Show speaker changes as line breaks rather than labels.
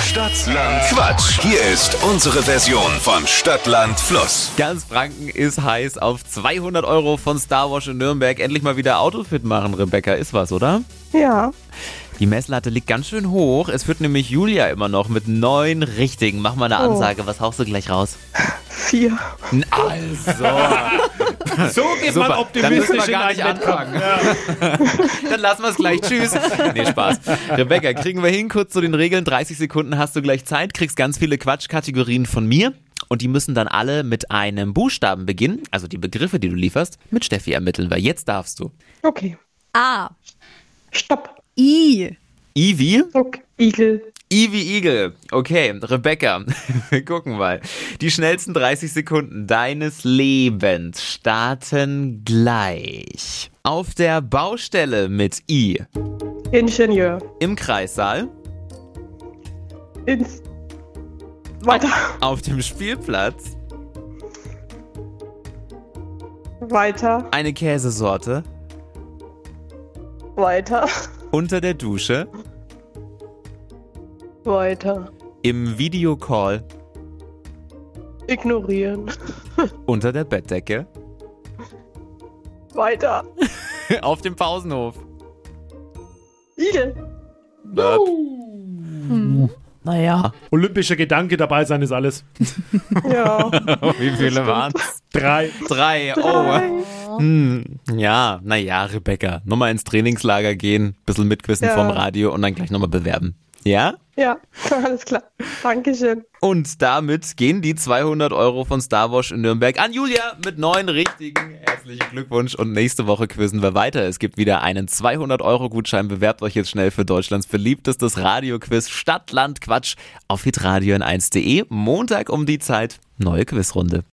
Stadtland Quatsch. Hier ist unsere Version von Stadtland Fluss.
Ganz Franken ist heiß auf 200 Euro von Star Wars in Nürnberg. Endlich mal wieder Autofit machen, Rebecca. Ist was, oder?
Ja,
Die Messlatte liegt ganz schön hoch. Es führt nämlich Julia immer noch mit neun richtigen. Mach mal eine
Oh.
Ansage. Was haust du gleich raus?
vier.
Also.
So geht
Super.
man
Dann
optimistisch
müssen wir
in
gar
ein
nicht
Wettkampf.
anfangen. Dann lassen wir es gleich. Tschüss. Nee, Spaß. Rebecca, kriegen wir hin kurz zu den Regeln. 30 Sekunden hast du gleich Zeit, kriegst ganz viele Quatschkategorien von mir. Und die müssen dann alle mit einem Buchstaben beginnen. Also die Begriffe, die du lieferst, mit Steffi ermitteln, weil jetzt darfst du.
Okay,
A.
stopp.
I.
Ivi?
Okay. Igel.
Ivi Igel. Okay, Rebecca, wir gucken mal. Die schnellsten 30 Sekunden deines Lebens starten gleich. Auf der Baustelle mit I.
Ingenieur.
Im Kreissaal.
Ins. Weiter.
Auf dem Spielplatz
Weiter.
eine Käsesorte,
Weiter.
unter der Dusche,
Weiter.
im Videocall,
Ignorieren.
unter der Bettdecke,
Weiter.
auf dem Pausenhof.
Igel.
Naja.
Olympischer Gedanke dabei sein ist alles.
Ja.
Wie viele waren's?
Drei.
Drei. Oh. Hm. Ja, naja, Rebecca. Nochmal ins Trainingslager gehen, bisschen mitquissen
Ja.
vom Radio und dann gleich nochmal bewerben. Ja?
ja, alles klar. Dankeschön.
Und damit gehen die 200 Euro von Star Wars in Nürnberg an Julia mit neun richtigen. Herzlichen Glückwunsch und nächste Woche quizzen wir weiter. Es gibt wieder einen 200 Euro Gutschein. Bewerbt euch jetzt schnell für Deutschlands beliebtestes Radioquiz Stadtland Quatsch auf hitradio1.de. Montag um die Zeit neue Quizrunde.